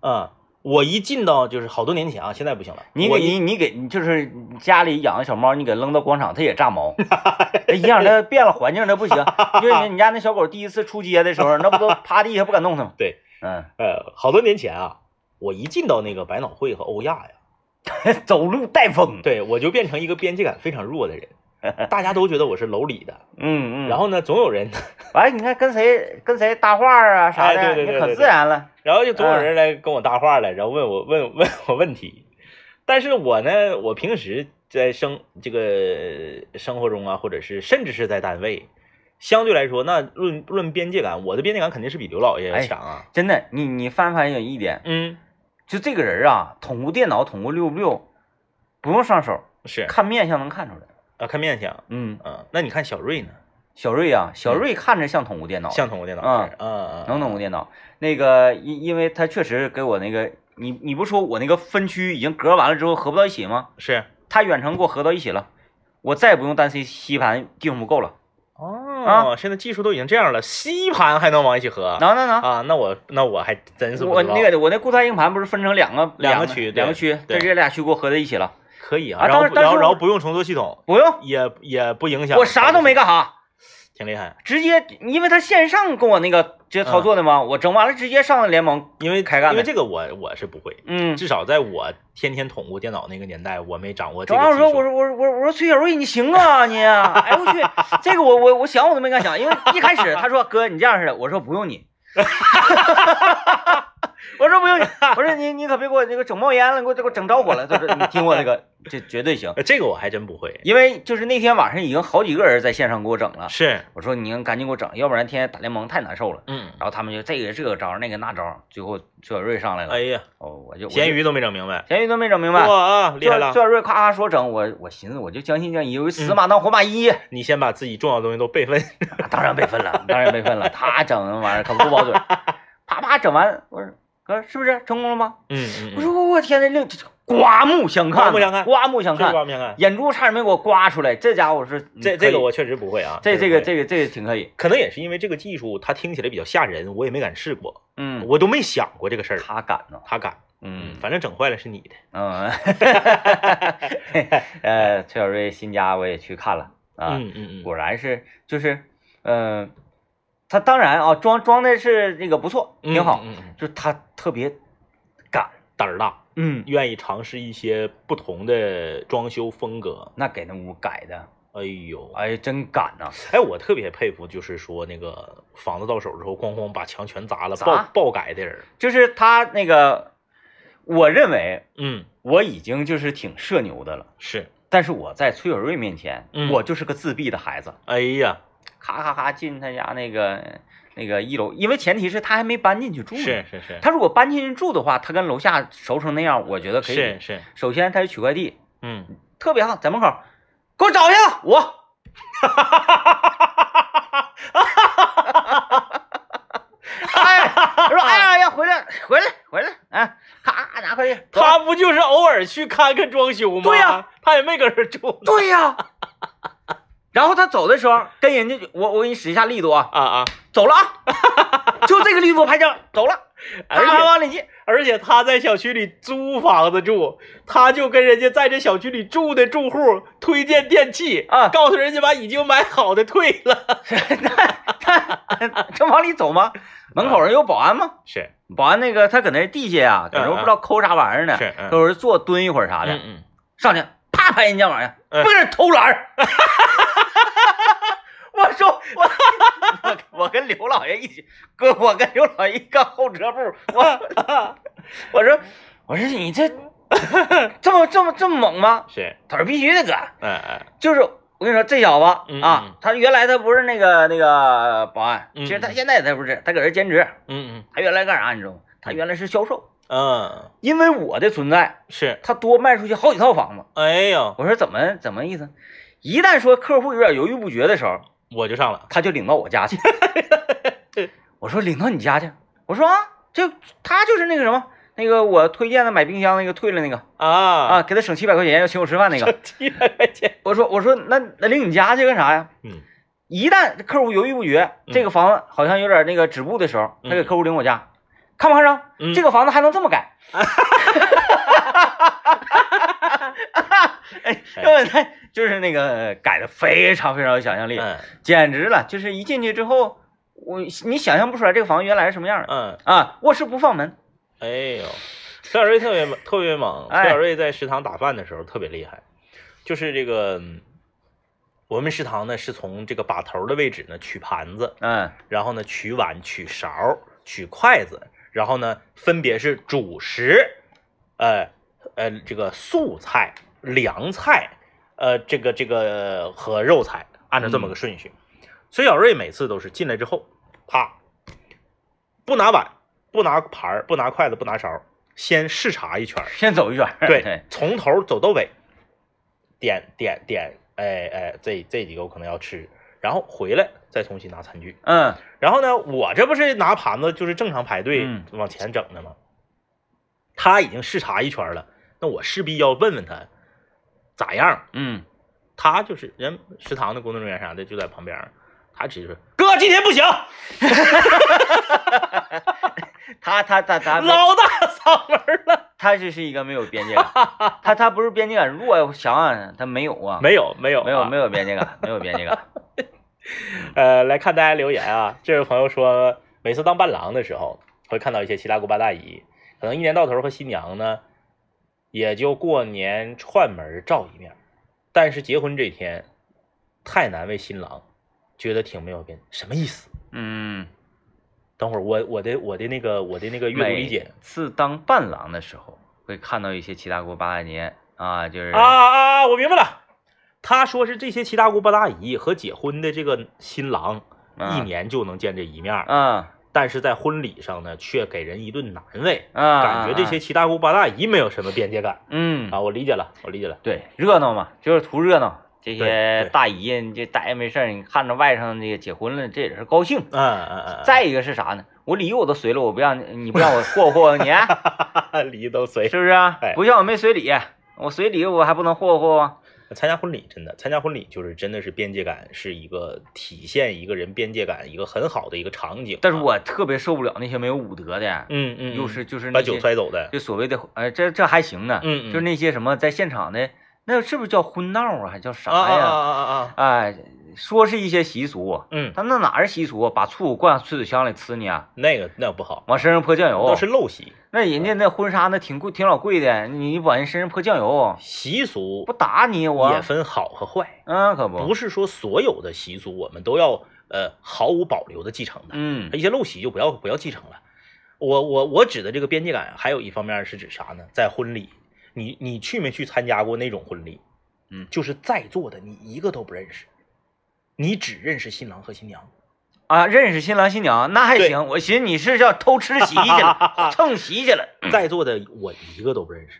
S2: 啊、我一进到就是好多年前啊，现在不行了。
S1: 你
S2: 我
S1: 给
S2: 一
S1: 你你给你就是家里养的小猫，你给扔到广场，它也炸毛，它一样，它变了环境，它不 行。就是你家那小狗第一次出街的时候，那不都趴地下不敢动它吗？
S2: 对，
S1: 嗯，
S2: 呃，好多年前啊，我一进到那个百脑汇和欧亚呀，
S1: 走路带风。
S2: 对我就变成一个边界感非常弱 的人。大家都觉得我是楼里的，
S1: 嗯嗯。
S2: 然后呢，总有人，
S1: 完了，你看跟谁跟谁搭话啊啥
S2: 哎
S1: 的，
S2: 对对对
S1: 你可
S2: 对
S1: 自然了。
S2: 然后就总
S1: 嗯
S2: 有人来跟我搭话来，然后问我问问我问题。但是我呢，我平时在生这个呃生活中啊，或者是甚至是在单位，相对来说，那论论边界感，我的边界感肯定是比刘老爷
S1: 哎
S2: 要强啊。
S1: 真的，你你翻翻有一点，
S2: 嗯，
S1: 就这个人啊，捅咕电脑，捅咕六六，不用上手，
S2: 是
S1: 看面相能看出来。
S2: 啊，看面相。
S1: 嗯，
S2: 嗯，那你看小瑞呢，
S1: 小瑞啊，小瑞看着像捅咕电脑，
S2: 像捅过电脑
S1: 嗯
S2: 似的，嗯嗯，
S1: 能懂我电脑。那个，因因为他确实给我那个，你你不说我那个分区已经隔完了之后合不到一起吗？
S2: 是
S1: 他远程给我合到一起了，我再也不用担心吸盘地方不够了。啊
S2: 哦，现在技术都已经这样了，吸盘还能往一起合
S1: 能能能，
S2: 啊？那我那我还真是不
S1: 我
S2: 知道
S1: 那个我那固态硬盘不是分成两个
S2: 两个
S1: 个
S2: 区
S1: 两个
S2: 对
S1: 区，
S2: 对
S1: 这这俩区给我合在一起了，
S2: 可以啊，
S1: 啊
S2: 然后
S1: 当时
S2: 不
S1: 当
S2: 然后
S1: 时
S2: 然后
S1: 我
S2: 不用重做系统，
S1: 不用，
S2: 也也不影响
S1: 我啥都没，干哈。
S2: 挺厉害。
S1: 直接，因为他线上跟我那个直接操作的嘛，我整完了直接上了联盟，
S2: 因为
S1: 开干的
S2: 嗯因为这个我我是不会，
S1: 嗯，
S2: 至少在我天天捅咕电脑那个年代，我没掌握这
S1: 整
S2: 个
S1: 完我
S2: 技术。
S1: 说我说我说我说我说崔小瑞你行啊你啊，哎我去，这个我我我想我都没敢想，因为一开始他说哥你这样似的，我说不用你， 我说不用你，我说你你可别给我这个整冒烟了，给我给我整着火了，就是你听我这个，这绝对行，
S2: 呃这个我还真不会，
S1: 因为就是那天晚上已经好几个人在线上给我整了，
S2: 是，
S1: 我说你赶紧给我整，要不然天天打联盟太难受了。
S2: 嗯，
S1: 然后他们就这个这个招儿那个那招儿，最后崔小瑞上来了，
S2: 哎呀，
S1: 哦，我就
S2: 咸，
S1: 我
S2: 鱼都没整明白
S1: 就，咸鱼都没整明白。
S2: 哇啊，厉害了
S1: 赵！赵瑞夸夸说整，我我寻思我就将信将疑，由于死马当活马医，
S2: 你先把自己重要的东西都备 份，
S1: 啊当然被分了，当然被分了。他整那玩意儿可不保准，啪啪整完，我说哥是不是成功了吗？
S2: 嗯嗯，
S1: 我说我我天呐，令刮目相看，
S2: 刮目相看
S1: 刮目相
S2: 这
S1: 看，
S2: 方面看，
S1: 眼珠差点没给我刮出来。这家伙是
S2: 这
S1: 可以
S2: 这个我确实不会啊，
S1: 这
S2: 确
S1: 这
S2: 实
S1: 个
S2: 不会
S1: 这个这个挺可以，
S2: 可能也是因为这个技术它听起来比较吓人，我也没敢试过，
S1: 嗯，
S2: 我都没想过这个事儿，
S1: 他敢呢，
S2: 他敢，
S1: 嗯
S2: 反正整坏了是你的，
S1: 嗯， 呃，崔小瑞新家我也去看了啊，
S2: 嗯嗯嗯，
S1: 果然是就是，嗯、他当然啊，装装的是那个不错，挺好，
S2: 嗯，嗯嗯
S1: 就是他特别敢，
S2: 胆儿大，
S1: 嗯，
S2: 愿意尝试一些不同的装修风格，
S1: 那给那屋改的，
S2: 哎呦，
S1: 哎，真敢呐、
S2: 哎，我特别佩服，就是说那个房子到手之后，咣咣把墙全砸了，
S1: 砸
S2: 爆爆改的人，
S1: 就是他那个，我认为
S2: 嗯，
S1: 我已经就是挺社牛的了，
S2: 是，
S1: 但是我在崔小瑞面前，
S2: 嗯
S1: 我就是个自闭的孩子，
S2: 哎呀，
S1: 咔咔咔进他家那个那个一楼，因为前提是他还没搬进去住呢。
S2: 是是是，
S1: 嗯他如果搬进去住的话，他跟楼下熟成那样，我觉得可以。
S2: 是是，
S1: 首先他去取快递，
S2: 嗯，
S1: 特别好，在门口给我找一下子， 我。哎，我 说哎呀呀，回来回来回来，哎，咔拿快递。
S2: 他不就是偶尔去看看装修吗？
S1: 对呀
S2: 他也没搁这住呢，
S1: 对呀、然后他走的时候跟人家就我我给你使一下力度啊，
S2: 啊啊，
S1: 走了啊，就这个力度拍照走了，
S2: 而
S1: 咔咔
S2: 且
S1: 往里进。
S2: 而且他在小区里租房子住，他就跟人家在这小区里住的住户推荐电器
S1: 啊
S2: 告诉人家把已经买好的退了，
S1: 这往里走吗？门口儿有保安吗？
S2: 是
S1: 保安那个他搁那儿地下呀，搁那儿不知道抠啥玩意儿呢，
S2: 嗯是嗯
S1: 搁那儿坐蹲一会儿啥的，
S2: 嗯嗯，
S1: 上去啪拍人家玩意
S2: 嗯
S1: 儿，不是偷懒儿。 我说我我我跟刘老爷一起，哥，我跟刘老爷一个后车部，我我说我说你这这么这么这么猛吗？
S2: 是，
S1: 他说必须的哥，
S2: 嗯嗯，
S1: 就是我跟你说，这小
S2: 嗯
S1: 子
S2: 嗯
S1: 啊，他原来他不是那个那个保安，
S2: 嗯
S1: 其实他
S2: 嗯
S1: 现在他不是，他搁这兼职。
S2: 嗯
S1: 他原来干啥你知道吗？他原来是销售，
S2: 嗯嗯，
S1: 因为我的存在，
S2: 是，
S1: 他多卖出去好几套房子。
S2: 哎呦，
S1: 我说怎么怎么意思？一旦说客户有点犹豫不决的时候，
S2: 我就上了。
S1: 他就领到我家去。 我说领到你家去。我说啊，这他就是那个什么，那个我推荐的买冰箱那个退了那个
S2: 啊哎
S1: 啊，给他省七百块钱要请我吃饭那个。
S2: 七百块钱。
S1: 我说我说那那领你家去干啥呀？
S2: 嗯，
S1: 一旦客户犹豫不决，
S2: 嗯
S1: 这个房子好像有点那个止步的时候，他给
S2: 嗯
S1: 客户领我家，看不看上？
S2: 嗯
S1: 这个房子还能这么改？ 哎， 哎就是那个改的非常非常有想象力，
S2: 嗯
S1: 简直了！就是一进去之后，我你想象不出来这个房子原来是什么样的
S2: 嗯，
S1: 啊！卧室不放门，
S2: 哎呦，崔小瑞特别猛特别猛。
S1: 哎
S2: 崔小瑞在食堂打饭的时候特别厉害，就是这个嗯我们食堂呢是从这个把头的位置呢取盘子，
S1: 嗯
S2: 然后呢取碗、取勺、取筷子，然后呢分别是主食，呃呃这个素菜、凉菜，呃这个这个和肉菜，按照这么个顺序。崔小瑞每次都是进来之后，啪，不拿碗、不拿盘儿、不拿筷子、不拿勺，先视察一圈儿，
S1: 先走一圈儿。
S2: 对，从头走到尾，点点点，哎哎，这这几个我可能要吃，然后回来再重新拿餐具。
S1: 嗯
S2: 然后呢，我这不是拿盘子就是正常排队
S1: 嗯
S2: 往前整的吗？他已经视察一圈了，那我势必要问问他咋样，
S1: 嗯
S2: 他就是人食堂的工作人员啥的就在旁边儿，他直接说：“哥，今天不行，
S1: 他他他他
S2: 老大嗓门儿了。
S1: 他这是一个没有边界感，他他不是边界感弱，我想想他没有啊”，
S2: 没有，没有啊，
S1: 没有没有边界感，没有边界 感。
S2: 呃，来看大家留言啊， 这位朋友说，每次当伴郎的时候，会看到一些七大姑八大姨，可能一年到头和新娘呢，也就过年串门照一面，但是结婚这天，太难为新郎，觉得挺没有边，什么意思？
S1: 嗯，
S2: 等会儿我我的我的那个我的那个阅读理解
S1: 每次当伴郎的时候，会看到一些七大姑八大姨啊，就是
S2: 啊啊啊！我明白了，他说是这些七大姑八大姨和结婚的这个新郎，一
S1: 嗯
S2: 年就能见这一面儿，
S1: 啊
S2: 但是在婚礼上呢，却给人一顿难为。
S1: 啊，
S2: 感觉这些七大姑八大姨没有什么边界感
S1: 嗯
S2: 啊。我理解了，我理解了。
S1: 对热闹嘛，就是图热闹。这
S2: 对
S1: 些
S2: 对
S1: 大姨，你这大爷没事儿，你看着外甥那个结婚了，这也是高兴。
S2: 嗯嗯嗯，
S1: 再一个是啥呢？我礼我都随了，我不让你你不让我霍霍霍你，啊
S2: 嗯礼都 随。
S1: 是不是啊
S2: 哎？
S1: 不像我没随礼，我随礼我还不能霍霍啊？
S2: 参加婚礼真的，参加婚礼就是真的是边界感是一个体现一个人边界感一个很好的一个场景啊。
S1: 但是我特别受不了那些没有武德的，
S2: 嗯嗯，嗯
S1: 又是就是
S2: 把
S1: 那
S2: 酒
S1: 些
S2: 摔走的。
S1: 就所谓的呃，这这还行呢，
S2: 嗯嗯
S1: 就是那些什么在现场的，那是不是叫婚闹啊？还叫啥
S2: 啊啊
S1: 呀？
S2: 啊啊啊！
S1: 哎，说是一些习俗，
S2: 嗯，
S1: 他那哪是习俗啊？把醋灌水煮箱里呲你啊，
S2: 那个那不好，
S1: 往身上泼酱
S2: 那
S1: 油
S2: 是，陋习
S1: 那人家那婚纱那挺贵，挺老贵的，你往人身上泼酱油，
S2: 习俗
S1: 不，打你啊我
S2: 也，分好和坏，
S1: 嗯，可
S2: 不
S1: 不，
S2: 是说所有的习俗我们都要呃毫无保留的继承的。
S1: 嗯
S2: 一些陋习就不要不要继承了。我我我指的这个边界感，还有一方面是指啥呢？在婚礼，你你去没去参加过那种婚礼？
S1: 嗯
S2: 就是在座的你一个都不认识，你只认识新郎和新娘。
S1: 啊，认识新郎新娘那还
S2: 对
S1: 行，我寻思你是要偷吃席去 了，蹭席去了，
S2: 在座的我一个都不认识，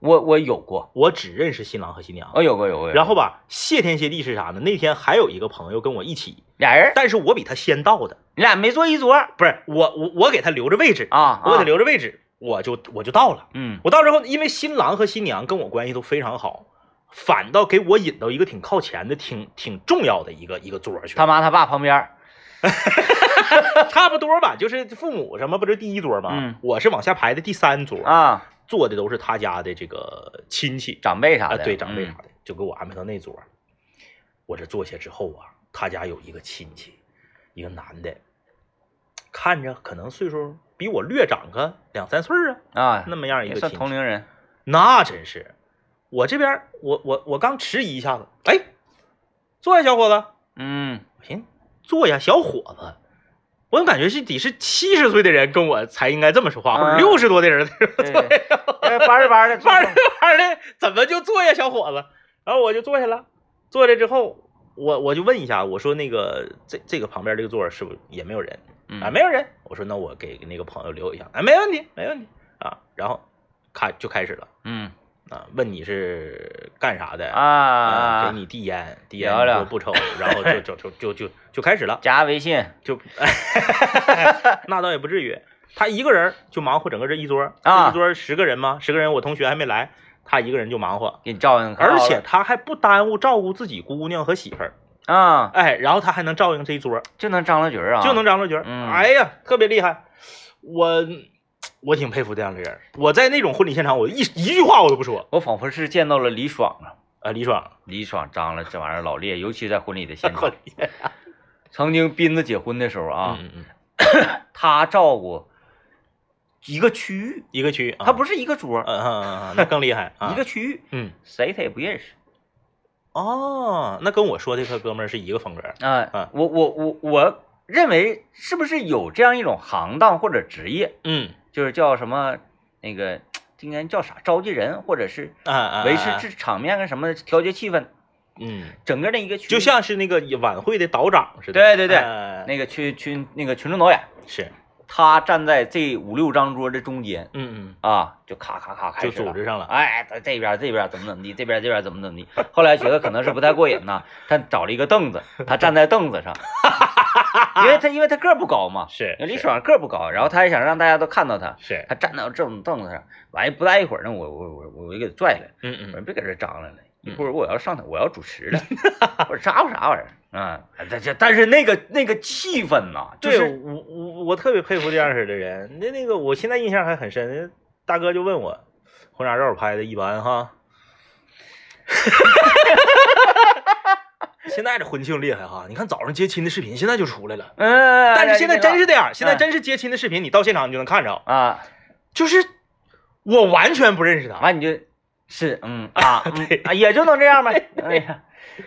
S1: 我我有过，
S2: 我只认识新郎和新娘。
S1: 我有过有过，有过
S2: 然后吧，谢天谢地是啥呢？那天还有一个朋友跟我一起，
S1: 俩人。
S2: 但是我比他先到的，
S1: 你俩没坐一桌啊？
S2: 不是我我我给他留着位置，
S1: 啊
S2: 我给他留着位置，我就我就到了。
S1: 嗯
S2: 我到时候因为新郎和新娘跟我关系都非常好，反倒给我引到一个挺靠前的、挺挺重要的一个一个桌儿去
S1: 他
S2: 了，
S1: 妈他爸旁边儿，
S2: 差不多吧，就是父母什么不是第一桌吗？
S1: 嗯
S2: 我是往下排的第三桌，
S1: 啊，
S2: 坐的都是他家的这个亲戚
S1: 长辈啥
S2: 啊，
S1: 的，
S2: 对长辈啥
S1: 嗯
S2: 的，就给我安排到那桌儿。我这坐下之后啊，他家有一个亲戚，一个男的，看着可能岁数比我略长个两三岁儿啊，
S1: 啊，
S2: 那么样一
S1: 也
S2: 个
S1: 算
S2: 亲
S1: 同
S2: 戚。
S1: 龄人，
S2: 那真是，我这边儿我我我刚迟疑一下子，哎，坐下，小伙子，
S1: 嗯，
S2: 我寻思坐下，小伙子，我怎么感觉是得是七十岁的人跟我才应该这么说话，或者
S1: 啊
S2: 六十多的人
S1: 对，呃八十 八的，
S2: 玩儿的玩儿的，怎么就坐下，小伙子？然后我就坐下了，坐下之后，我我就问一下，我说那个这这个旁边这个座儿是不是也没有人？啊，
S1: 嗯，
S2: 没有人。我说那我给那个朋友留一下，哎，没问题，没问题啊。然后开就开始了。
S1: 嗯
S2: 啊，问你是干啥的啊，
S1: 啊
S2: 给，你递烟，递烟
S1: 聊
S2: 你
S1: 聊
S2: 说不抽，然 后就就就就就就开始了，
S1: 加微信
S2: 就那倒也不至于，他一个人儿就忙活整个这一桌儿，
S1: 啊
S2: 这一桌儿十个人嘛，十个人我同学还没来，他一个人就忙活，
S1: 给你照应，
S2: 而且他还不耽误照顾自己姑娘和媳妇儿，
S1: 啊，
S2: 哎，然后他还能照应这一桌儿，
S1: 就能张罗局儿啊，
S2: 就能张罗局儿，
S1: 嗯
S2: 哎呀，特别厉害，我我挺佩服这样的人儿，我在那种婚礼现场，我一一句话我都不说，
S1: 我仿佛是见到了李爽啊，
S2: 啊，李爽。
S1: 李爽张罗这玩意儿老烈，尤其在婚礼的现
S2: 好
S1: 场。
S2: 厉害
S1: 曾经斌子结婚的时候啊，
S2: 嗯嗯，
S1: 他照顾一个区域，
S2: 一个区域，
S1: 他不
S2: 是，
S1: 是一个桌儿，
S2: 啊嗯嗯嗯 嗯，那更厉害啊，
S1: 一个，区域，
S2: 嗯，
S1: 谁他也不认识。
S2: 哦，那跟我说的这个哥们儿是一个风格，
S1: 啊
S2: 啊，
S1: 我我我我认为是不是有这样一种行当或者职业，
S2: 嗯，
S1: 就是叫什么那个这应该叫啥召集人，或者是
S2: 啊啊，
S1: 维持
S2: 啊
S1: 这，场面跟什么的调节气氛，
S2: 嗯，
S1: 整个那一个区
S2: 就像是那个晚会的导长似的，
S1: 对对对
S2: 哎
S1: 那个群群那个群众导演，
S2: 是，
S1: 他站在这五六张桌的中间
S2: 嗯
S1: 啊，就咔咔咔开
S2: 就
S1: 始了
S2: 组织上了
S1: 哎，在这边这边怎么怎么地，这边这边怎么怎么地。后来觉得可能是不太过瘾呐，他找了一个凳子，他站在凳 子上， 因为他因为他个儿不高嘛
S2: 嗯，，是
S1: 李
S2: 是
S1: 爽个儿不高，然后他也想让大家都看到他，
S2: 是，
S1: 他站到这种凳子上，完了不大一会儿呢，我我我我就给他拽来，
S2: 嗯
S1: 我说
S2: 嗯，
S1: 别搁这张罗了，一会儿我要上台，我要主 持了，我说啥玩啥玩意儿啊？这这，但是那个那个气氛呐，就
S2: 对
S1: 是
S2: 我我我特别佩服这样式的人。那那个我现在印象还很深，大哥就问我，婚纱照拍的一般哈。 现在这婚庆厉害哈，你看早上接亲的视频现在就出来了，
S1: 嗯，
S2: 但是现在真是这样，现在
S1: 嗯
S2: 真是接亲的视频，你到现场你就能看着，
S1: 啊，
S2: 就是我完全不认识他，
S1: 完你就是嗯 啊嗯啊，也就能这样呗。哎呀，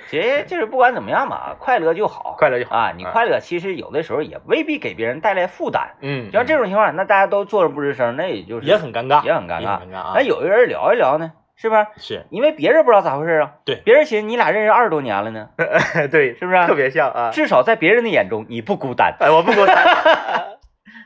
S1: 其实就是不管怎么样吧，快乐就好，
S2: 快乐就好。
S1: 啊，你
S2: 嗯
S1: 快乐其实有的时候也未必给别人带来负担。
S2: 嗯，
S1: 像这种情况，那大家都坐着不吱声，那也就是
S2: 也很尴尬，
S1: 也很尴尬
S2: 很尴尬啊
S1: 那。哎有一个人聊一聊呢，是不是？
S2: 是
S1: 因为别人不知道咋回事啊，
S2: 对
S1: 别人寻思你俩认识二十多年了呢，
S2: 对，
S1: 是不是啊？
S2: 特别像啊。
S1: 至少在别人的眼中你不孤单。
S2: 哎，我不孤单。